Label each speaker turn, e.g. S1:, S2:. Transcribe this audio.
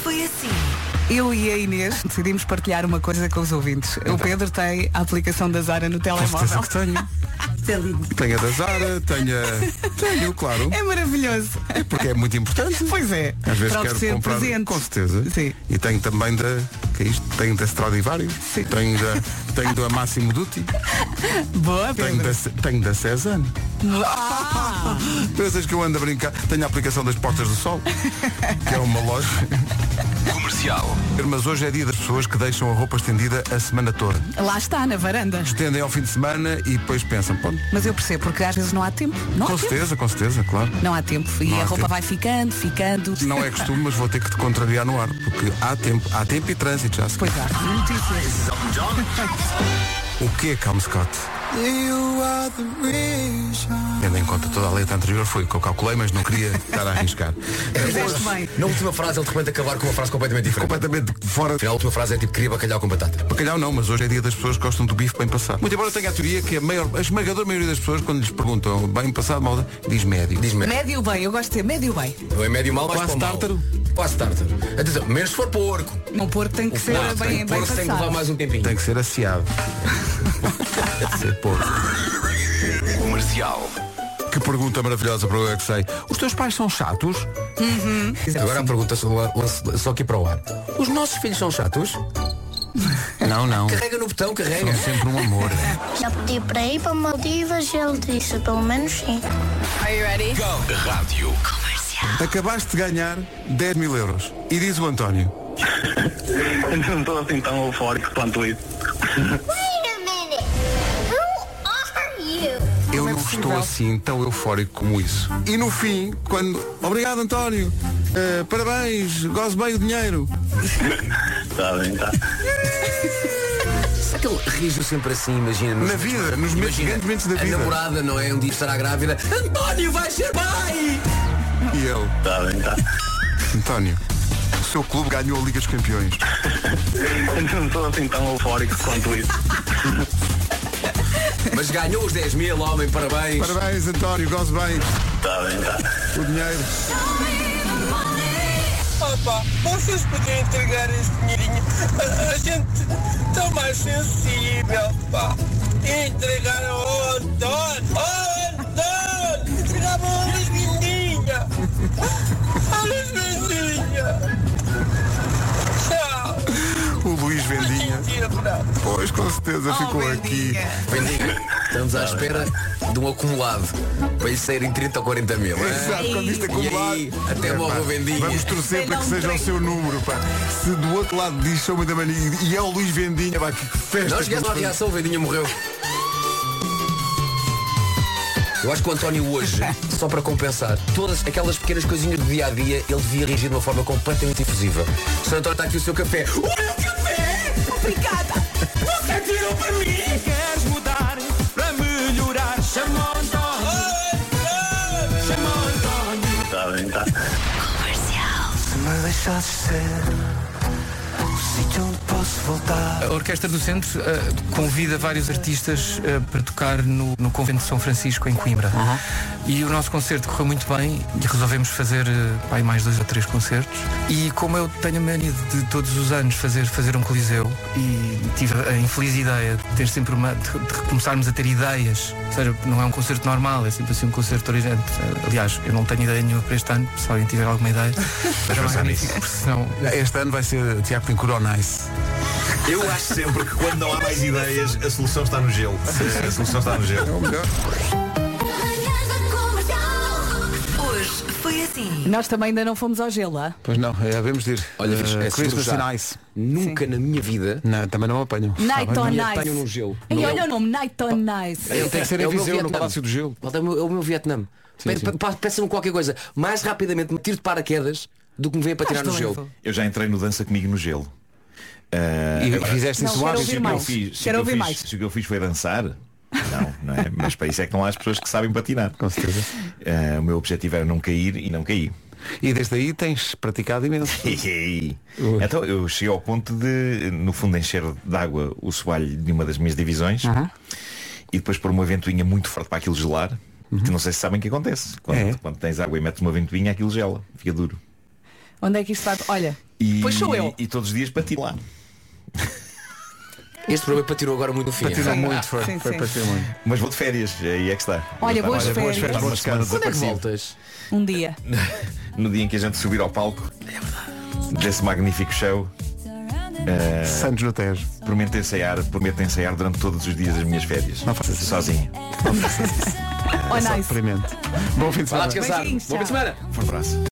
S1: Foi assim. Eu e a Inês decidimos partilhar uma coisa com os ouvintes. O Pedro tem a aplicação da Zara no
S2: Então. Com certeza
S1: telemóvel.
S2: que tenho.
S3: Isso é lindo.
S2: Tenho a da Zara, tenho a... Tenho, claro.
S1: É maravilhoso.
S2: É porque é muito importante.
S1: Pois é.
S2: Às vezes
S1: Para
S2: quero
S1: oferecer
S2: comprar,
S1: presentes.
S2: com certeza.
S1: Sim.
S2: E tenho também da, que é isto? Tenho da Stradivarius,
S1: Sim.
S2: tenho da, tenho da Massimo Dutti,
S1: Boa,
S2: tenho
S1: Pedro.
S2: da, tenho da Cezanne.
S1: Ah,
S2: Pensas que eu ando a brincar? Tenho a aplicação das Portas do Sol, que é uma loja.
S4: Comercial.
S2: Mas hoje é dia das pessoas que deixam a roupa estendida a semana toda.
S1: lá está, na varanda.
S2: Estendem ao fim de semana e depois pensam, pô,
S1: Mas eu percebo, porque às vezes não há tempo. Não
S2: com
S1: há tempo.
S2: certeza, com certeza, claro.
S1: Não há tempo. E
S2: Não
S1: a
S2: há
S1: roupa
S2: tempo.
S1: vai ficando, ficando.
S2: Não é costume, mas vou ter que te contrariar no ar, porque há tempo, há tempo e trânsito já. se-
S1: Pois há. Notícias.
S2: O que é Calm Scott? Tendo em conta toda a letra anterior, foi o que eu calculei, mas não queria estar a arriscar.
S1: Fizeste bem.
S5: Na última frase ele de repente acabar com uma frase completamente diferente.
S2: Completamente fora de
S5: Afinal, a última frase é tipo queria bacalhau com batata.
S2: Bacalhau não, mas hoje é dia das pessoas que gostam do bife bem passado. Muito embora eu tenha a teoria que a, maior, a esmagadora maioria das pessoas, quando lhes perguntam bem passado, malda, diz médio.
S5: Diz-me,
S1: Médio bem, eu gosto de ter médio bem.
S5: não é médio mal, mas
S2: Quase
S5: para o mal.
S2: tártaro?
S5: Quase tártaro. Atenção, menos se for porco.
S1: Um porco tem que ser
S5: Não,
S1: bem,
S5: tem,
S1: bem
S5: porco tem que levar
S1: passado.
S5: mais um tempinho.
S2: Tem que ser aciado. Tem que ser porco.
S4: Comercial.
S2: Que pergunta maravilhosa para eu é que sei. Os teus pais são chatos? Uhum.
S5: Agora a pergunta só, lanço- só aqui para o ar. Os nossos filhos são chatos?
S2: Não, não.
S5: Carrega no botão, carrega.
S2: São sempre um amor.
S6: Já pedi para ir para Maldivas e ele disse, pelo menos sim.
S4: Rádio.
S2: Acabaste de ganhar 10 mil euros. E diz o António.
S7: Eu não estou assim tão eufórico quanto isso.
S6: Wait a minute! Who are you?
S2: Eu
S1: é
S2: não
S1: possível.
S2: estou assim tão eufórico como isso. E no fim, quando. Obrigado, António. Eh, parabéns, goze bem o dinheiro.
S7: Está Tá bem, está.
S5: Será que ele rijo sempre assim, imagina?
S2: Na vida, nos momentos- grandes momentos da
S5: a
S2: vida.
S5: namorada, não é? Um dia estará grávida. António vai ser pai!
S2: E ele,
S7: Está Tá bem, está.
S2: António, o seu clube ganhou a Liga dos Campeões.
S7: Eu não estou assim tão eufórico quanto isso.
S5: Mas ganhou os 10 mil, homem, parabéns.
S2: Parabéns, António, goze bem
S7: Está Tá bem, está.
S2: o dinheiro.
S8: Opa, vocês podiam entregar esse dinheirinho. A gente está mais sensível, pá. Entregar ao Antônio. Ao Antônio! Entregava a Lisbindinha. A Lisbindinha. Tchau.
S2: O Luís Vendinha.
S8: Mentira,
S2: Pois, com
S5: Oh,
S2: certeza ficou aqui.
S1: Vendinha.
S5: Bendiga, estamos à espera de um acumulado para lhe saírem 30 ou 40 mil. é? hein?
S2: Exato, quando isto
S5: E
S2: acumular.
S5: aí, até
S2: É,
S5: morre
S2: pá,
S5: o Vendinha.
S2: Vamos torcer para que
S1: Vendão
S2: seja o
S1: três.
S2: seu número, pá. Se do outro lado diz show da mania e é o Luís Vendinha, vai que festa.
S5: Nós chegamos à
S2: que vamos fazer.
S5: reação, o Vendinha morreu. Eu acho que o António hoje, só para compensar todas aquelas pequenas coisinhas do dia a dia, ele devia reagir de uma forma completamente efusiva. Sr. António está aqui o seu café. O meu café!
S1: Obrigada.
S8: Você tirou para mim. Queres mudar para melhorar? Chama o Antônio. Chama o Antônio.
S7: Está bem, está.
S9: A Orquestra do Centro eh, convida vários artistas eh, para tocar no, no Convento de São Francisco, em Coimbra. E o nosso concerto correu muito bem e resolvemos fazer eh, pá, aí mais dois ou três concertos. E como eu tenho a mania de todos os anos fazer, fazer um coliseu e tive a infeliz ideia de ter sempre uma. de, de começarmos a ter ideias, ou seja, não é um concerto normal, é sempre assim um concerto originante. Eh, Aliás, eu não tenho ideia nenhuma para este ano, se alguém tiver alguma ideia, era magnífico, porque senão
S2: Este ano vai ser Tiago Pincouro on Ice.
S10: Eu acho sempre que quando não há mais ideias, a solução está no gelo. A solução está no gelo.
S1: Hoje foi assim. Nós também ainda não fomos ao gelo, ah?
S2: Pois não, é, vemos de ir.
S5: Olha,
S2: Eh,
S5: fiz- é
S2: Christmas
S5: já.
S2: in Ice.
S5: Nunca na minha vida
S2: Não, também não apanham.
S1: Night on
S5: minha
S1: Nice.
S5: tenho no gelo.
S1: Ei,
S5: No
S1: olha
S5: meu.
S1: o nome, Night on Nice.
S5: Ele
S2: tem que ser em Viseu, no Palácio do Gelo.
S5: É o meu, é o meu Vietnã. Pe-
S2: sim.
S5: pe- pe- Peça-me qualquer coisa. Mais rapidamente me tiro de paraquedas do que me vem para tirar no
S1: doido.
S5: gelo.
S10: Eu já entrei no Dança Comigo no gelo. Ah,
S2: E
S10: agora,
S2: fizeste
S1: Não,
S2: isso
S1: quero
S2: lá.
S1: ouvir
S10: se o que
S1: mais.
S10: eu fiz- se o que
S1: Quero
S10: eu
S1: ouvir
S10: fiz-
S1: mais.
S10: Se o que eu fiz foi dançar. Não, não é? Mas para isso é que não há as pessoas que sabem patinar.
S2: Com certeza.
S10: Ah, o meu objetivo era não cair e não caí.
S2: E desde aí tens praticado imenso. Ui.
S10: então eu cheguei ao ponto de, no fundo, encher de água o soalho de uma das minhas divisões e depois pôr uma ventoinha muito forte para aquilo gelar.
S1: Uhum.
S10: Que não sei se sabem o que acontece. Quando,
S2: É.
S10: quando tens água e metes uma ventoinha, aquilo gela, fica duro.
S1: Onde é que isto vai? Olha,
S10: E,
S1: pois sou eu.
S10: E todos os dias bati lá.
S5: Este problema patirou agora muito no fim.
S2: Tirou muito, foi,
S1: Sim,
S2: foi
S1: sim.
S2: para ter muito.
S10: Mas vou de férias, aí é que está.
S1: Olha,
S10: Eu
S1: boas
S10: estava-
S1: férias.
S10: estava uma
S5: Quando
S10: semana
S5: é que
S10: desaparecido.
S5: voltas?
S1: Um dia.
S10: No dia em que a gente subir ao palco desse magnífico show, Eh,
S2: Santos no Tejo.
S10: prometo ensaiar, prometo ensaiar durante todos os dias das minhas férias. Não
S2: faças isso.
S10: Sozinho.
S1: Oh,
S2: Só
S1: nice. Oh,
S2: deprimente. Bom fim de
S5: Vai
S2: semana.
S5: lá descansar.
S1: Beijinhos,
S5: Boa
S1: tchau.
S5: semana.
S10: Um abraço.